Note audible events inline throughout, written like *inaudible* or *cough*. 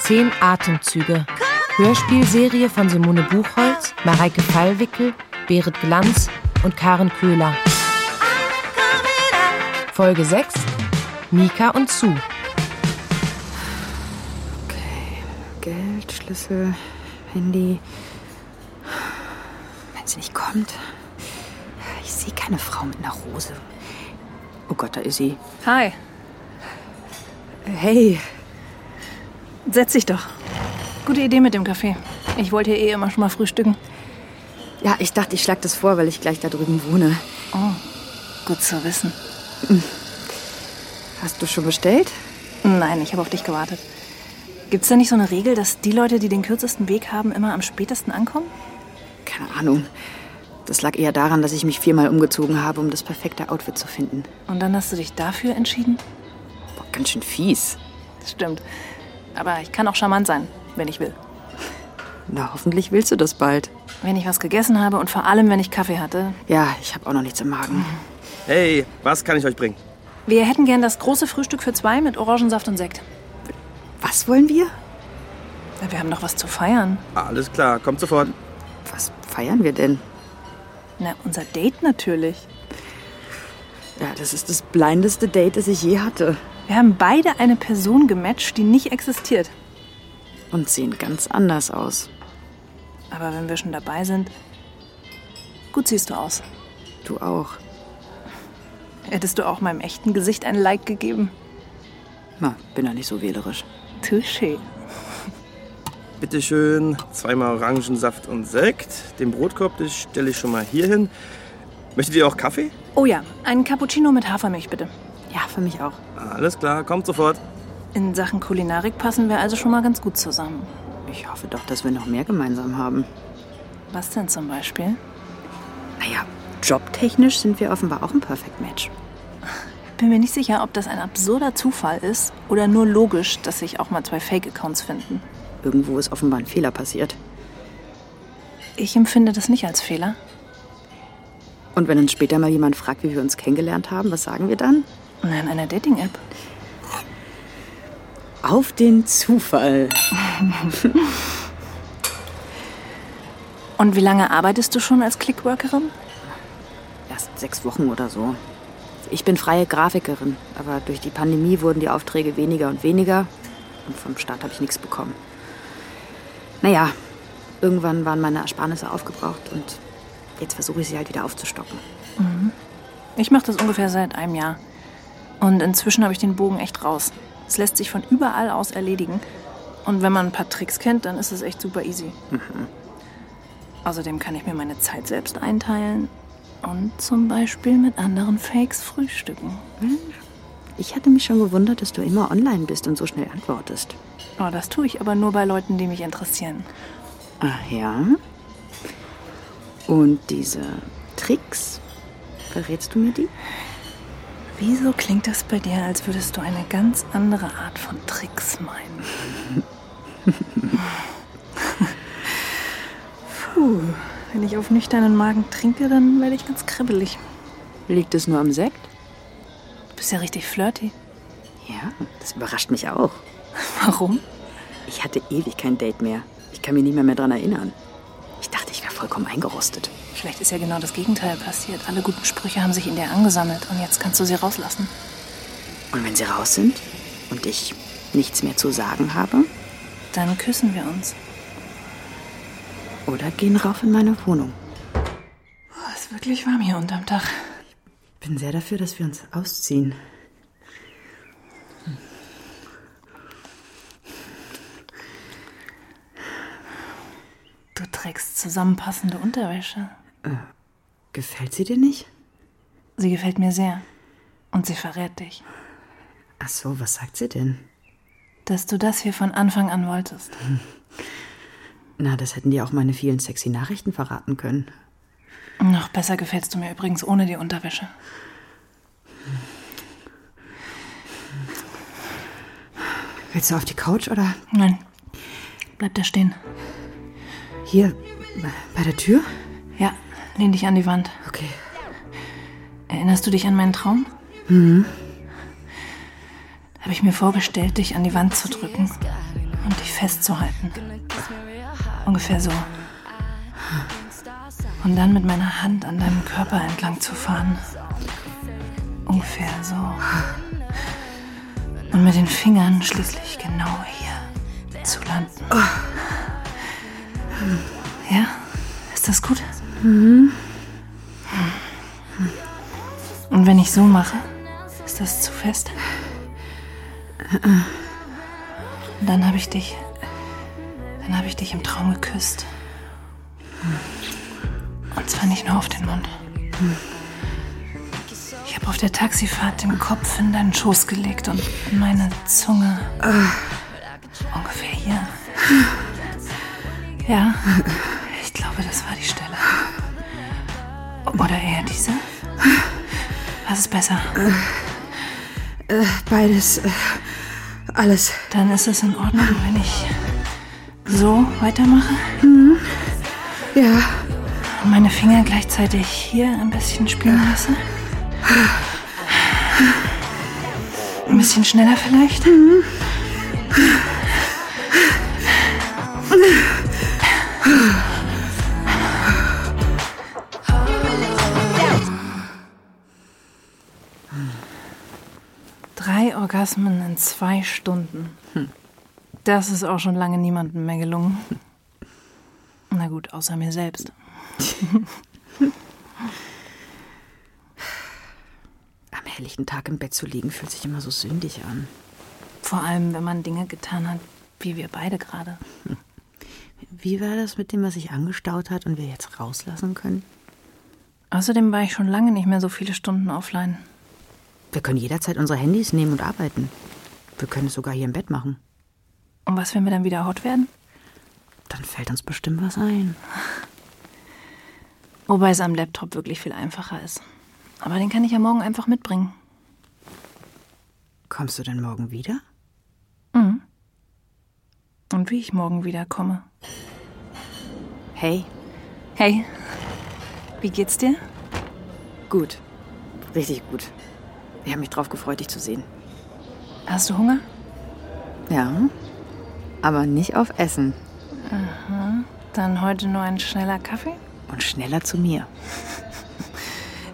Zehn Atemzüge. Hörspielserie von Simone Buchholz, Mareike Fallwickel, Berit Glanz und Karen Köhler. Folge 6. Mika und Sue. Okay. Geld, Schlüssel, Handy. Wenn sie nicht kommt. Ich sehe keine Frau mit einer Rose. Oh Gott, da ist sie. Hi, Hey, setz dich doch. Gute Idee mit dem Kaffee. Ich wollte hier eh immer schon mal frühstücken. ja, ich dachte, ich schlag das vor, weil ich gleich da drüben wohne. Gut zu wissen. Hm. Hast du schon bestellt? Nein, ich habe auf dich gewartet. Gibt's da nicht so eine Regel, dass die Leute, die den kürzesten Weg haben, immer am spätesten ankommen? Keine Ahnung. Das lag eher daran, dass ich mich viermal umgezogen habe, um das perfekte Outfit zu finden. Und dann hast du dich dafür entschieden? Boah, ganz schön fies. Stimmt. Aber ich kann auch charmant sein, wenn ich will. Na, hoffentlich willst du das bald. Wenn ich was gegessen habe und vor allem, wenn ich Kaffee hatte. Ja, ich habe auch noch nichts im Magen. Hey, was kann ich euch bringen? Wir hätten gern das große Frühstück für zwei mit Orangensaft und Sekt. Was wollen wir? Wir haben doch was zu feiern. Alles klar, kommt sofort. Was feiern wir denn? Na, unser Date natürlich. Ja, das ist das blindeste Date, das ich je hatte. Wir haben beide eine Person gematcht, die nicht existiert. Und sehen ganz anders aus. Aber wenn wir schon dabei sind, gut siehst du aus. Du auch. Hättest du auch meinem echten Gesicht ein Like gegeben? Na, bin da nicht so wählerisch. Touché. Bitte schön, zweimal Orangensaft und Sekt. Den Brotkorb, den stelle ich schon mal hier hin. Möchtet ihr auch Kaffee? Oh ja, einen Cappuccino mit Hafermilch bitte. Ja, für mich auch. Alles klar, kommt sofort. In Sachen Kulinarik passen wir also schon mal ganz gut zusammen. Ich hoffe doch, dass wir noch mehr gemeinsam haben. Was denn zum Beispiel? Naja, jobtechnisch sind wir offenbar auch ein Perfect Match. Bin mir nicht sicher, ob das ein absurder Zufall ist oder nur logisch, dass sich auch mal zwei Fake-Accounts finden. Irgendwo ist offenbar ein Fehler passiert. Ich empfinde das nicht als Fehler. Und wenn uns später mal jemand fragt, wie wir uns kennengelernt haben, was sagen wir dann? Nein, einer Dating-App. Auf den Zufall. Und wie lange arbeitest du schon als Clickworkerin? Erst sechs Wochen oder so. Ich bin freie Grafikerin, aber durch die Pandemie wurden die Aufträge weniger und weniger und vom Staat habe ich nichts bekommen. Naja, irgendwann waren meine Ersparnisse aufgebraucht und jetzt versuche ich sie halt wieder aufzustocken. Ich mache das ungefähr seit einem Jahr. Und inzwischen habe ich den Bogen echt raus. Es lässt sich von überall aus erledigen. Und wenn man ein paar Tricks kennt, dann ist es echt super easy. Außerdem kann ich mir meine Zeit selbst einteilen und zum Beispiel mit anderen Fakes frühstücken. Ich hatte mich schon gewundert, dass du immer online bist und so schnell antwortest. Oh, das tue ich aber nur bei Leuten, die mich interessieren. Ach ja. Und diese Tricks, verrätst du mir die? Wieso klingt das bei dir, als würdest du eine ganz andere Art von Tricks meinen? Puh, wenn ich auf nüchternen Magen trinke, dann werde ich ganz kribbelig. Liegt es nur am Sekt? Du bist ja richtig flirty. Ja, das überrascht mich auch. Warum? Ich hatte ewig kein Date mehr. Ich kann mich nicht mehr, mehr daran erinnern. Ich dachte, ich wäre vollkommen eingerostet. Vielleicht ist ja genau das Gegenteil passiert. Alle guten Sprüche haben sich in dir angesammelt und jetzt kannst du sie rauslassen. Und wenn sie raus sind und ich nichts mehr zu sagen habe, Dann küssen wir uns. oder gehen rauf in meine Wohnung. Oh, ist wirklich warm hier unterm Dach. Bin sehr dafür, dass wir uns ausziehen. Du trägst zusammenpassende Unterwäsche. Gefällt sie dir nicht? Sie gefällt mir sehr. Und sie verrät dich, Ach so, was sagt sie denn? dass du das hier von Anfang an wolltest. Na, das hätten dir auch meine vielen sexy Nachrichten verraten können. Noch besser gefällst du mir übrigens ohne die Unterwäsche. Willst du auf die Couch oder Nein. Bleib da stehen. hier bei der Tür? Ja, lehn dich an die Wand. Okay. Erinnerst du dich an meinen Traum? Mhm. Da habe ich mir vorgestellt, dich an die Wand zu drücken. und dich festzuhalten. Ungefähr so. Und dann mit meiner Hand an deinem Körper entlang zu fahren. Ungefähr so. Und mit den Fingern schließlich genau hier zu landen. Ja? Ist das gut? Hm. Und wenn ich so mache, ist das zu fest? Und dann habe ich dich. Dann habe ich dich im Traum geküsst. Und zwar nicht nur auf den Mund. Ich habe auf der Taxifahrt den Kopf in deinen Schoß gelegt und meine Zunge ungefähr hier. Ja, ich glaube, das war die Stelle. Oder eher diese? Was ist besser? Beides. Äh, alles. Dann ist es in Ordnung, wenn ich so weitermache Ja. und meine Finger gleichzeitig hier ein bisschen spielen lasse. Ein bisschen schneller vielleicht. Drei Orgasmen in zwei Stunden. Das ist auch schon lange niemandem mehr gelungen. Na gut, außer mir selbst. Am helllichten Tag im Bett zu liegen fühlt sich immer so sündig an. Vor allem, wenn man Dinge getan hat, wie wir beide gerade. Wie war das mit dem, was sich angestaut hat und wir jetzt rauslassen können? Außerdem war ich schon lange nicht mehr so viele Stunden offline. Wir können jederzeit unsere Handys nehmen und arbeiten. Wir können es sogar hier im Bett machen. Und was, wenn wir dann wieder hot werden? Dann fällt uns bestimmt was ein. Wobei es am Laptop wirklich viel einfacher ist. Aber den kann ich ja morgen einfach mitbringen. Kommst du denn morgen wieder? Und wie ich morgen wiederkomme. Hey, Hey, wie geht's dir? gut. Richtig gut. Ich habe mich drauf gefreut, dich zu sehen. Hast du Hunger? Ja, aber nicht auf Essen. Dann heute nur ein schneller Kaffee? Und schneller zu mir.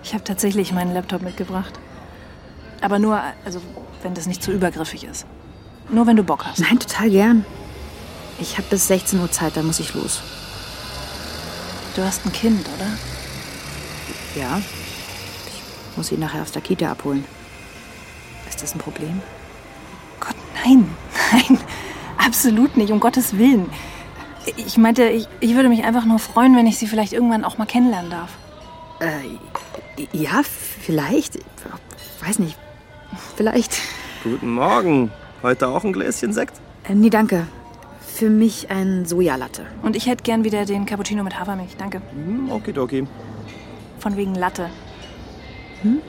Ich habe tatsächlich meinen Laptop mitgebracht. Aber nur, also wenn das nicht zu übergriffig ist. Nur wenn du Bock hast. Nein, total gern. Ich habe bis 16 Uhr Zeit, da muss ich los. Du hast ein Kind, oder? Ja. Ich muss ihn nachher aus der Kita abholen. Ist das ein Problem? Gott, nein, *laughs* nein, absolut nicht, um Gottes Willen. Ich meinte, ich, ich würde mich einfach nur freuen, wenn ich sie vielleicht irgendwann auch mal kennenlernen darf. Äh, Ja, vielleicht. Weiß nicht. Vielleicht. Guten Morgen. Heute auch ein Gläschen Sekt? Äh, nee, danke. Für mich ein Sojalatte. Und ich hätte gern wieder den Cappuccino mit Hafermilch, danke. Hm, okidoki. Von wegen Latte. Hm?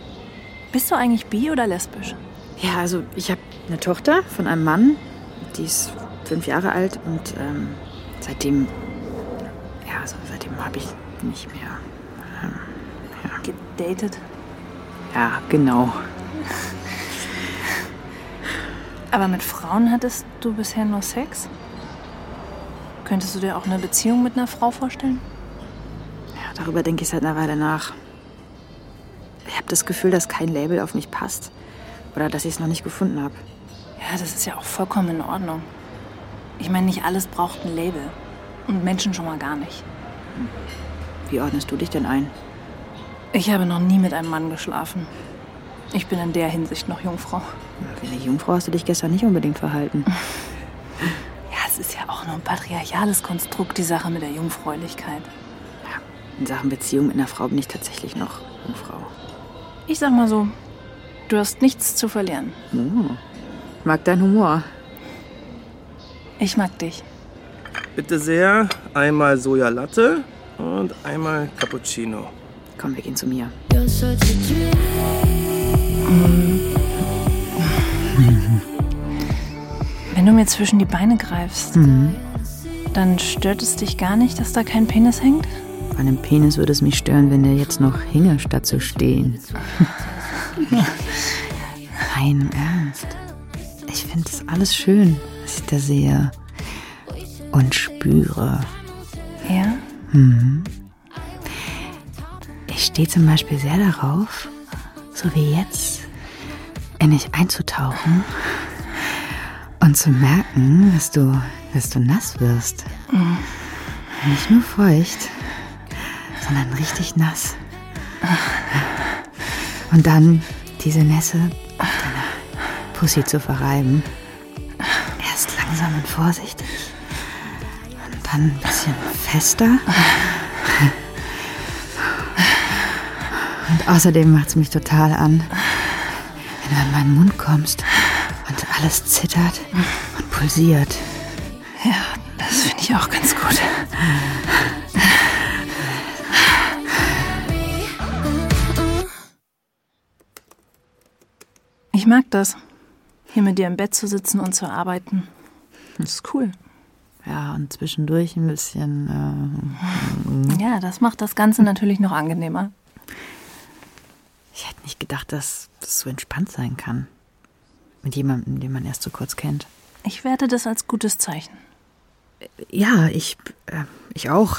Bist du eigentlich bi oder lesbisch? Ja, also ich habe eine Tochter von einem Mann, die ist fünf Jahre alt und ähm, seitdem, ja, also seitdem habe ich nicht mehr. Gedatet. Ja, genau. Aber mit Frauen hattest du bisher nur Sex? Könntest du dir auch eine Beziehung mit einer Frau vorstellen? Ja, darüber denke ich seit einer Weile nach. Ich habe das Gefühl, dass kein Label auf mich passt oder dass ich es noch nicht gefunden habe. Ja, das ist ja auch vollkommen in Ordnung. Ich meine, nicht alles braucht ein Label. Und Menschen schon mal gar nicht. Wie ordnest du dich denn ein? Ich habe noch nie mit einem Mann geschlafen. Ich bin in der Hinsicht noch Jungfrau. Wie eine Jungfrau hast du dich gestern nicht unbedingt verhalten. Ja, es ist ja auch nur ein patriarchales Konstrukt, die Sache mit der Jungfräulichkeit. Ja, in Sachen Beziehung mit einer Frau bin ich tatsächlich noch Jungfrau. Ich sag mal so, du hast nichts zu verlieren. Mag deinen Humor. Ich mag dich. Bitte sehr, einmal Soja Latte und einmal Cappuccino. Komm, wir gehen zu mir. Wenn du mir zwischen die Beine greifst, dann stört es dich gar nicht, dass da kein Penis hängt? An dem Penis würde es mich stören, wenn der jetzt noch hinge, statt zu stehen. *laughs* Nein, im Ernst. Ich finde das alles schön, was ich da sehe. und spüre. Ja? Ich stehe zum Beispiel sehr darauf, so wie jetzt, in dich einzutauchen und zu merken, dass du, dass du nass wirst. Nicht nur feucht, sondern richtig nass. Und dann diese Nässe auf deiner Pussy zu verreiben. Erst langsam und vorsichtig. Und dann ein bisschen fester. Und außerdem macht es mich total an, wenn du an meinen Mund kommst und alles zittert und pulsiert. Das finde ich auch ganz gut. Ich mag das, hier mit dir im Bett zu sitzen und zu arbeiten. Das ist cool. Ja, und zwischendurch ein bisschen. Äh, Mhm. Ja, das macht das Ganze natürlich noch angenehmer. ich hätte nicht gedacht, dass das so entspannt sein kann. Mit jemandem, den man erst so kurz kennt. Ich werte das als gutes Zeichen. Ja, ich, äh, ich auch.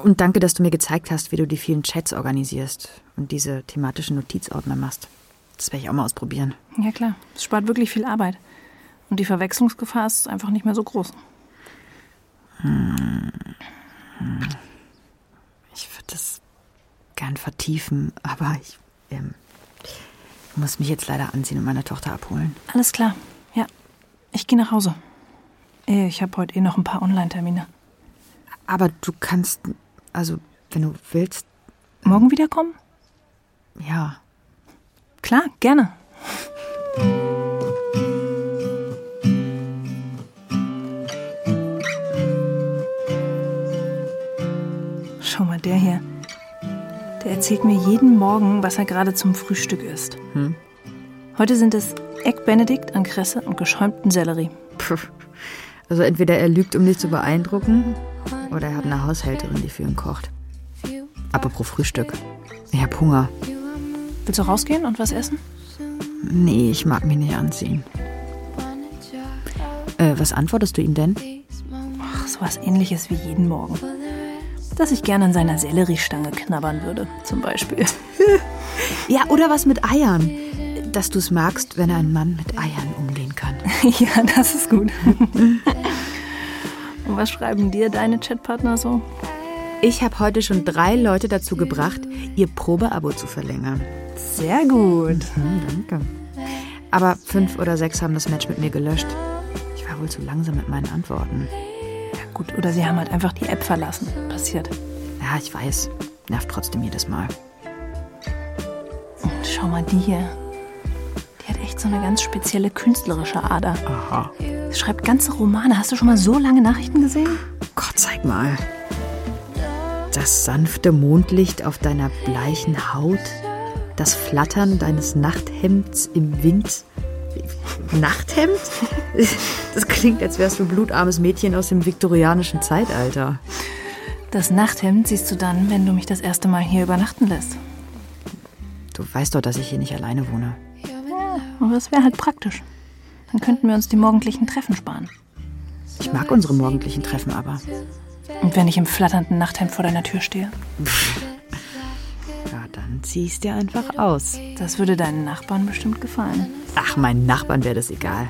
Und danke, dass du mir gezeigt hast, wie du die vielen Chats organisierst und diese thematischen Notizordner machst. Das werde ich auch mal ausprobieren. Ja klar, es spart wirklich viel Arbeit. Und die Verwechslungsgefahr ist einfach nicht mehr so groß. Ich würde das gern vertiefen, aber ich ähm, muss mich jetzt leider anziehen und meine Tochter abholen. Alles klar. Ja, ich gehe nach Hause. Eh, Ich habe heute eh noch ein paar Online-Termine. Aber du kannst, also wenn du willst, Morgen wiederkommen? ja. *laughs* Klar, gerne. Schau mal, der hier. Der erzählt mir jeden Morgen, was er gerade zum Frühstück isst. Heute sind es Eckbenedikt an Kresse und geschäumten Sellerie. Pff. Also entweder er lügt, um dich zu beeindrucken, oder er hat eine Haushälterin, die für ihn kocht. Apropos Frühstück. Ich hab Hunger. Willst du rausgehen und was essen? Nee, ich mag mich nicht anziehen. Äh, was antwortest du ihm denn? Ach, so was ähnliches wie jeden Morgen. Dass ich gerne an seiner Selleriestange knabbern würde, zum Beispiel. Ja, oder was mit Eiern? Dass du es magst, wenn ein Mann mit Eiern umgehen kann. *laughs* Ja, das ist *laughs* gut. Und was schreiben dir deine Chatpartner so? Ich habe heute schon drei Leute dazu gebracht, ihr Probeabo zu verlängern. Sehr gut. danke. Aber fünf oder sechs haben das Match mit mir gelöscht. Ich war wohl zu langsam mit meinen Antworten. Ja, gut, oder sie haben halt einfach die App verlassen. Passiert. Ja, ich weiß. Nervt trotzdem jedes Mal. Und schau mal die hier. Die hat echt so eine ganz spezielle künstlerische Ader. Aha. Sie schreibt ganze Romane. Hast du schon mal so lange Nachrichten gesehen? Gott, zeig mal. Das sanfte Mondlicht auf deiner bleichen Haut, das Flattern deines Nachthemds im Wind. Nachthemd? *laughs* Das klingt, als wärst du ein blutarmes Mädchen aus dem viktorianischen Zeitalter. Das Nachthemd siehst du dann, wenn du mich das erste Mal hier übernachten lässt. Du weißt doch, dass ich hier nicht alleine wohne. Aber es wäre halt praktisch. Dann könnten wir uns die morgendlichen Treffen sparen. Ich mag unsere morgendlichen Treffen aber. Und wenn ich im flatternden Nachthemd vor deiner Tür stehe? Ja, dann zieh's dir einfach aus. Das würde deinen Nachbarn bestimmt gefallen. Ach, meinen Nachbarn wäre das egal.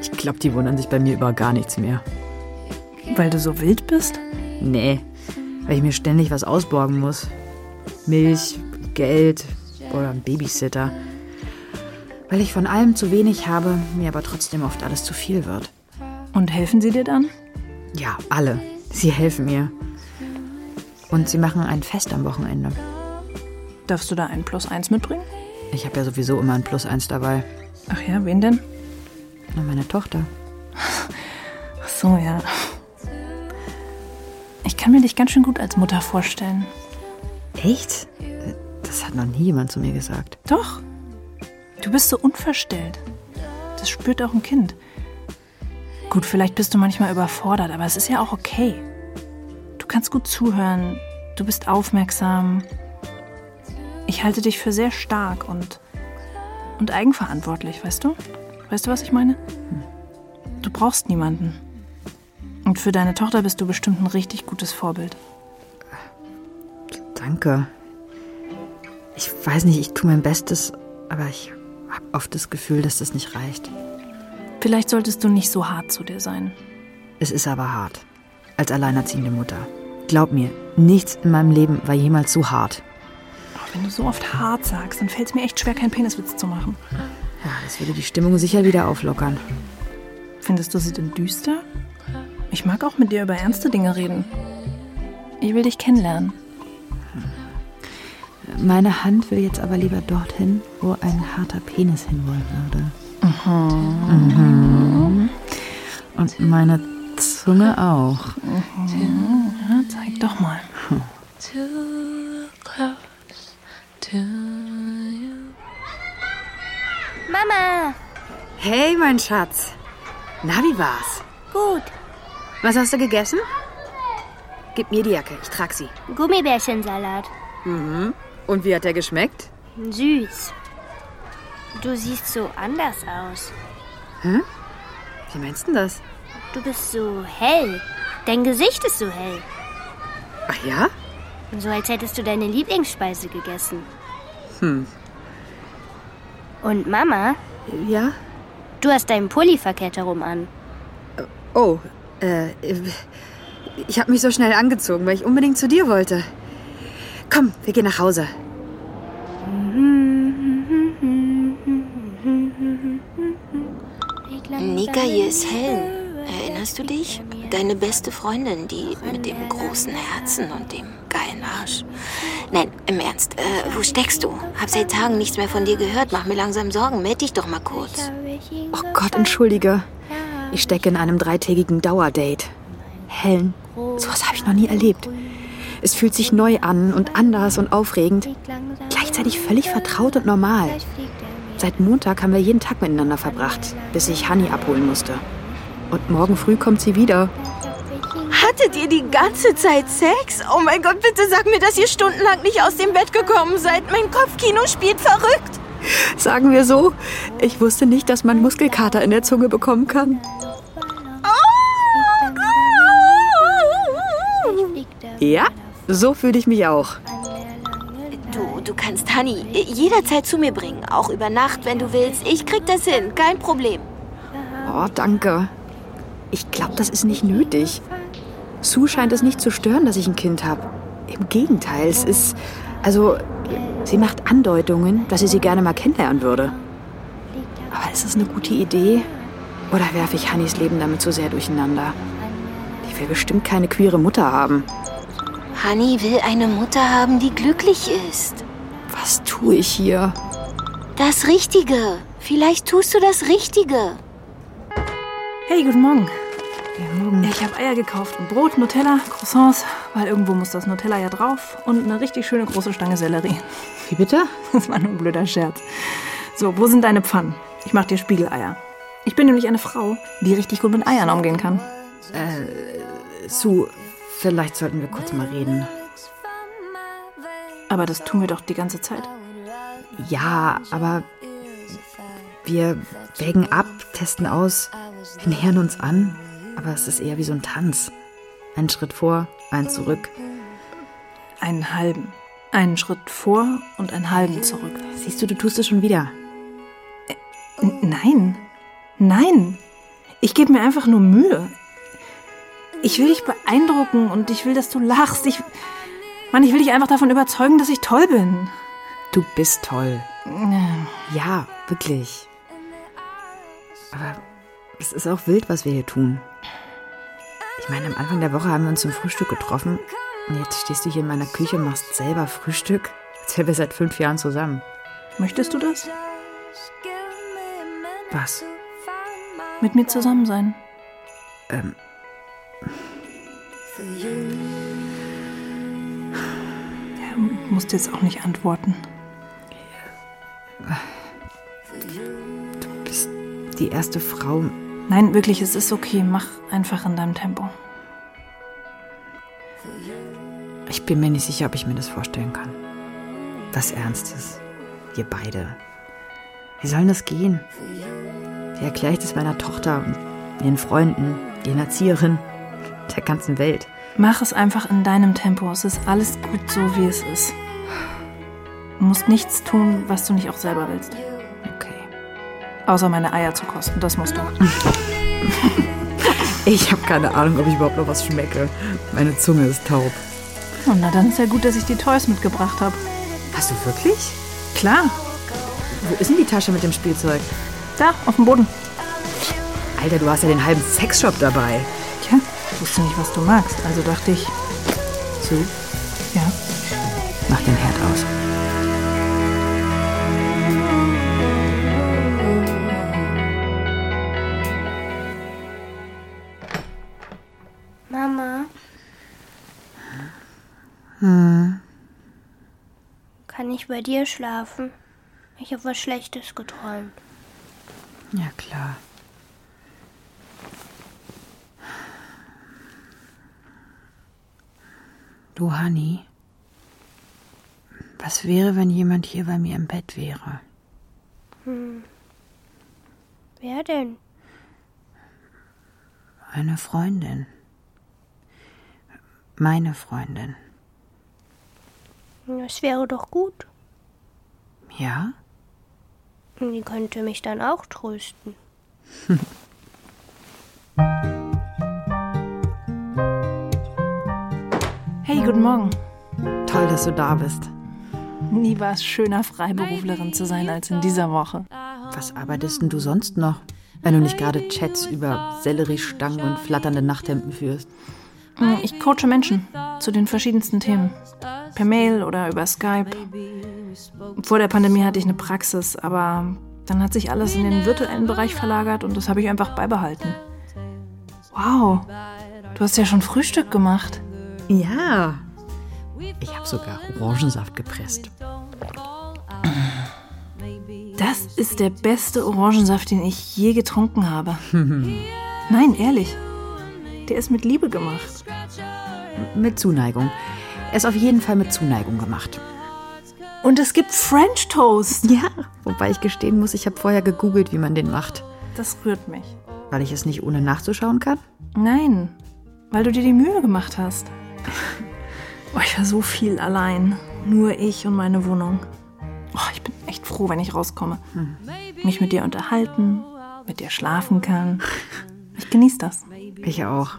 Ich glaube, die wundern sich bei mir über gar nichts mehr. Weil du so wild bist? Nee, weil ich mir ständig was ausborgen muss. Milch, Geld oder ein Babysitter. Weil ich von allem zu wenig habe, mir aber trotzdem oft alles zu viel wird. Und helfen sie dir dann? Ja, alle. Sie helfen mir. Und sie machen ein Fest am Wochenende. Darfst du da ein Plus eins mitbringen? Ich habe ja sowieso immer ein Plus eins dabei. Ach ja, wen denn? Nur meine Tochter. Ach so, ja. Ich kann mir dich ganz schön gut als Mutter vorstellen. Echt? Das hat noch nie jemand zu mir gesagt. Doch. Du bist so unverstellt. Das spürt auch ein Kind. Gut, vielleicht bist du manchmal überfordert, aber es ist ja auch okay. Du kannst gut zuhören, du bist aufmerksam. Ich halte dich für sehr stark und, und Hm. eigenverantwortlich, weißt du? Weißt du, was ich meine? Du brauchst niemanden. Und für deine Tochter bist du bestimmt ein richtig gutes Vorbild. Danke. Ich weiß nicht, ich tue mein Bestes, aber ich habe oft das Gefühl, dass das nicht reicht. Vielleicht solltest du nicht so hart zu dir sein. Es ist aber hart. Als alleinerziehende Mutter. Glaub mir, nichts in meinem Leben war jemals so hart. Oh, wenn du so oft hart sagst, dann fällt es mir echt schwer, keinen Peniswitz zu machen. Ja, das würde die Stimmung sicher wieder auflockern. Findest du sie denn düster? Ich mag auch mit dir über ernste Dinge reden. Ich will dich kennenlernen. Meine Hand will jetzt aber lieber dorthin, wo ein harter Penis hinwollen würde. Mhm. Und meine Zunge auch. Ja, zeig doch mal. Mama, Hey, mein Schatz. Na, wie war's? gut. Was hast du gegessen? Gib mir die Jacke, ich trag sie. Gummibärchensalat. Und wie hat der geschmeckt? Süß. Du siehst so anders aus. Wie meinst du das? Du bist so hell. Dein Gesicht ist so hell. Ach ja? So als hättest du deine Lieblingsspeise gegessen. Hm. Und Mama, Ja? du hast deinen Pulli verkehrt herum an. Oh, äh, ich habe mich so schnell angezogen, weil ich unbedingt zu dir wollte. Komm, wir gehen nach Hause. Nika hier ist Helen. Erinnerst du dich? Deine beste Freundin, die mit dem großen Herzen und dem geilen Arsch. Nein, im Ernst, äh, wo steckst du? Hab seit Tagen nichts mehr von dir gehört. Mach mir langsam Sorgen. Meld dich doch mal kurz. Oh Gott, entschuldige. Ich stecke in einem dreitägigen Dauerdate. Helen, sowas habe ich noch nie erlebt. Es fühlt sich neu an und anders und aufregend. Gleichzeitig völlig vertraut und normal. Seit Montag haben wir jeden Tag miteinander verbracht, bis ich Hani abholen musste. Und morgen früh kommt sie wieder. Hattet ihr die ganze Zeit Sex? Oh mein Gott, bitte sag mir, dass ihr stundenlang nicht aus dem Bett gekommen seid. Mein Kopfkino spielt verrückt. Sagen wir so, ich wusste nicht, dass man Muskelkater in der Zunge bekommen kann. Ja, so fühle ich mich auch. Du, du kannst Honey äh, jederzeit zu mir bringen. Auch über Nacht, wenn du willst. Ich krieg das hin. Kein Problem. Oh, danke. Ich glaube, das ist nicht nötig. Sue scheint es nicht zu stören, dass ich ein Kind habe. Im Gegenteil, es ist. Also, sie macht Andeutungen, dass sie sie gerne mal kennenlernen würde. Aber ist das eine gute Idee? Oder werfe ich Hannis Leben damit zu sehr durcheinander? Die will bestimmt keine queere Mutter haben. Honey will eine Mutter haben, die glücklich ist. Was tue ich hier? Das Richtige. Vielleicht tust du das Richtige. Hey, guten Morgen. Ich habe Eier gekauft und Brot, Nutella, Croissants, weil irgendwo muss das Nutella ja drauf und eine richtig schöne große Stange Sellerie. *laughs* Wie bitte? Das war nur ein blöder Scherz. So, wo sind deine Pfannen? Ich mach dir Spiegeleier. Ich bin nämlich eine Frau, die richtig gut mit Eiern umgehen kann. Sue, vielleicht sollten wir kurz mal reden. Aber das tun wir doch die ganze Zeit. Ja, aber wir wägen ab, testen aus, wir nähern uns an. Aber es ist eher wie so ein Tanz. Ein Schritt vor, ein zurück. Einen halben. Einen Schritt vor und einen halben zurück. Siehst du, du tust es schon wieder. N nein. Nein. Ich gebe mir einfach nur Mühe. Ich will dich beeindrucken und ich will, dass du lachst. Ich. Mann, ich will dich einfach davon überzeugen, dass ich toll bin. Du bist toll. Ja, wirklich. Aber es ist auch wild, was wir hier tun. Ich meine, am Anfang der Woche haben wir uns zum Frühstück getroffen. Und jetzt stehst du hier in meiner Küche und machst selber Frühstück. Als wären wir seit fünf Jahren zusammen. Möchtest du das? Was? Mit mir zusammen sein? Ähm. Ja, musst jetzt auch nicht antworten. Die erste Frau Nein, wirklich, es ist okay. Mach einfach in deinem Tempo. Ich bin mir nicht sicher, ob ich mir das vorstellen kann. Was Ernstes. Wir beide. Wie soll das gehen? Wie erkläre ich das meiner Tochter und ihren Freunden, ihren Erzieherinnen? der ganzen Welt. Mach es einfach in deinem Tempo. Es ist alles gut so, wie es ist. Du musst nichts tun, was du nicht auch selber willst. Okay. Außer meine Eier zu kosten. Das musst du. Ich habe keine Ahnung, ob ich überhaupt noch was schmecke. Meine Zunge ist taub. Oh, na dann ist ja gut, dass ich die Toys mitgebracht habe. Hast du wirklich? Klar. Wo ist denn die Tasche mit dem Spielzeug? Da, auf dem Boden. Alter, du hast ja den halben Sexshop dabei. Tja, wusste nicht, was du magst. Also dachte ich, So, ja. mach den Herd aus. Mama. Kann ich bei dir schlafen? Ich habe was Schlechtes geträumt. Ja, klar. Du, Honey, was wäre, wenn jemand hier bei mir im Bett wäre? Wer denn? Eine Freundin. Meine Freundin. Das wäre doch gut. Ja? Die könnte mich dann auch trösten. Hey, guten Morgen. Toll, dass du da bist. Nie war es schöner, Freiberuflerin zu sein als in dieser Woche. Was arbeitest denn du sonst noch, wenn du nicht gerade Chats über Selleriestangen und flatternde Nachthemden führst? Äh, Ich coache Menschen zu den verschiedensten Themen. Per Mail oder über Skype. Vor der Pandemie hatte ich eine Praxis, aber dann hat sich alles in den virtuellen Bereich verlagert und das habe ich einfach beibehalten. Wow, du hast ja schon Frühstück gemacht. Ja. Ich habe sogar Orangensaft gepresst. Das ist der beste Orangensaft, den ich je getrunken habe. Nein, ehrlich. Der ist mit Liebe gemacht. Mit Zuneigung. Er ist auf jeden Fall mit Zuneigung gemacht. Und es gibt French Toast. Ja, wobei ich gestehen muss, ich habe vorher gegoogelt, wie man den macht. Das rührt mich. Weil ich es nicht ohne nachzuschauen kann? Nein, weil du dir die Mühe gemacht hast. Oh, ich war so viel allein. Nur ich und meine Wohnung. Oh, ich bin echt froh, wenn ich rauskomme. Mich mit dir unterhalten, mit dir schlafen kann. Ich genieße das. Ich auch.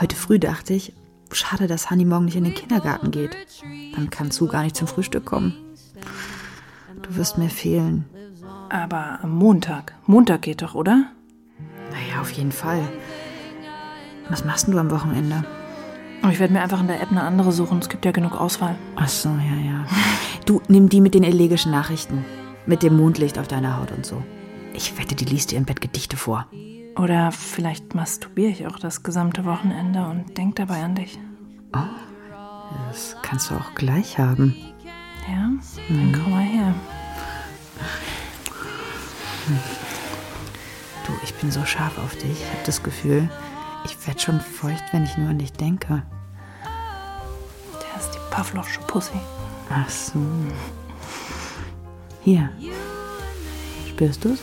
Heute früh dachte ich, schade, dass Hanni morgen nicht in den Kindergarten geht. Dann kann Zu gar nicht zum Frühstück kommen. Du wirst mir fehlen. Aber am Montag. Montag geht doch, oder? Naja, auf jeden Fall. Was machst denn du am Wochenende? Oh, ich werde mir einfach in der App eine andere suchen. Es gibt ja genug Auswahl. Ach so, ja, ja. *laughs* Du, nimm die mit den elegischen Nachrichten. Mit dem Mondlicht auf deiner Haut und so. Ich wette, die liest dir im Bett Gedichte vor. Oder vielleicht masturbiere ich auch das gesamte Wochenende und denke dabei an dich. Das kannst du auch gleich haben. Ja? Dann komm mal her. Du, ich bin so scharf auf dich. Ich habe das Gefühl, ich werde schon feucht, wenn ich nur an dich denke. Der ist die Pavlovsche Pussy. Ach so. Hier. Spürst du's?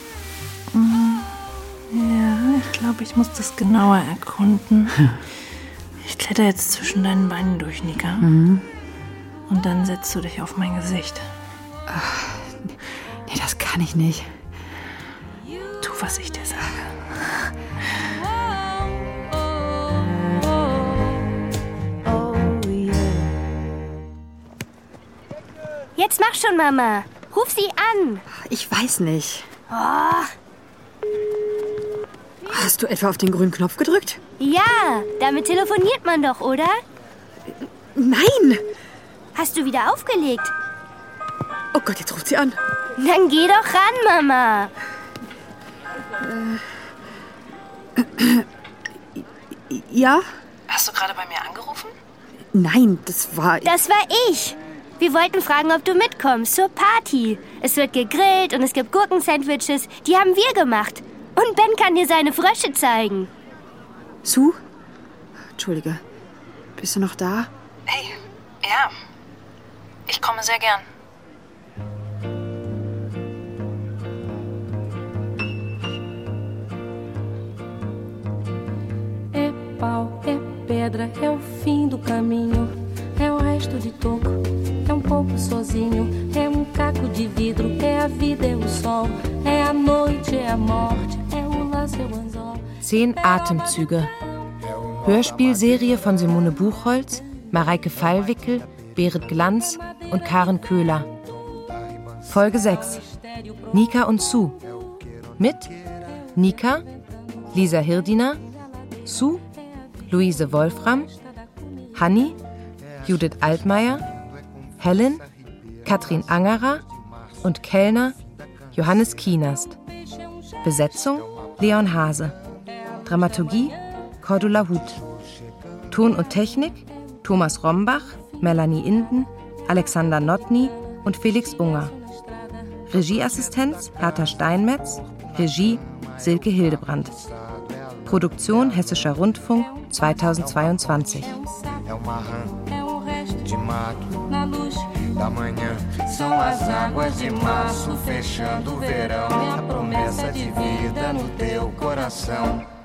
Ja, ich glaube, ich muss das genauer erkunden. Ich kletter jetzt zwischen deinen Beinen durch, Nika. Und dann setzt du dich auf mein Gesicht. Nee, das kann ich nicht. Tu, was ich dir sage. Jetzt mach schon, Mama. Ruf sie an. Ich weiß nicht. Hast du etwa auf den grünen Knopf gedrückt? Ja, damit telefoniert man doch, oder? Nein! Hast du wieder aufgelegt? Oh Gott, jetzt ruft sie an. Dann geh doch ran, Mama. Ja? Hast du gerade bei mir angerufen? Nein, das war. Das war ich. Wir wollten fragen, ob du mitkommst zur Party. Es wird gegrillt und es gibt Gurkensandwiches. Die haben wir gemacht. Und Ben kann dir seine Frösche zeigen. Zu? Entschuldige. Bist du noch da? Hey, ja. Ich komme sehr gern. It bought pouco sozinho. É um caco de vidro, é a vida, é o sol. É a noite, é a morte, é o laço, é o anzol. Zehn Atemzüge. Hörspielserie von Simone Buchholz, Mareike Fallwickel, Berit Glanz und Karen Köhler. Folge 6. Nika und Sue. Mit Nika, Lisa Hirdiner, Sue, Luise Wolfram, Hanni, Judith Altmaier, Helen, Katrin Angerer und Kellner Johannes Kienast. Besetzung Leon Hase. Dramaturgie Cordula Huth. Ton und Technik Thomas Rombach, Melanie Inden, Alexander Notny und Felix Unger. Regieassistenz Hertha Steinmetz, Regie Silke Hildebrandt. Produktion Hessischer Rundfunk 2022. É uma rã É o resto de mato na luz. da manhã. São as águas de março fechando o verão. E a promessa de vida no teu coração.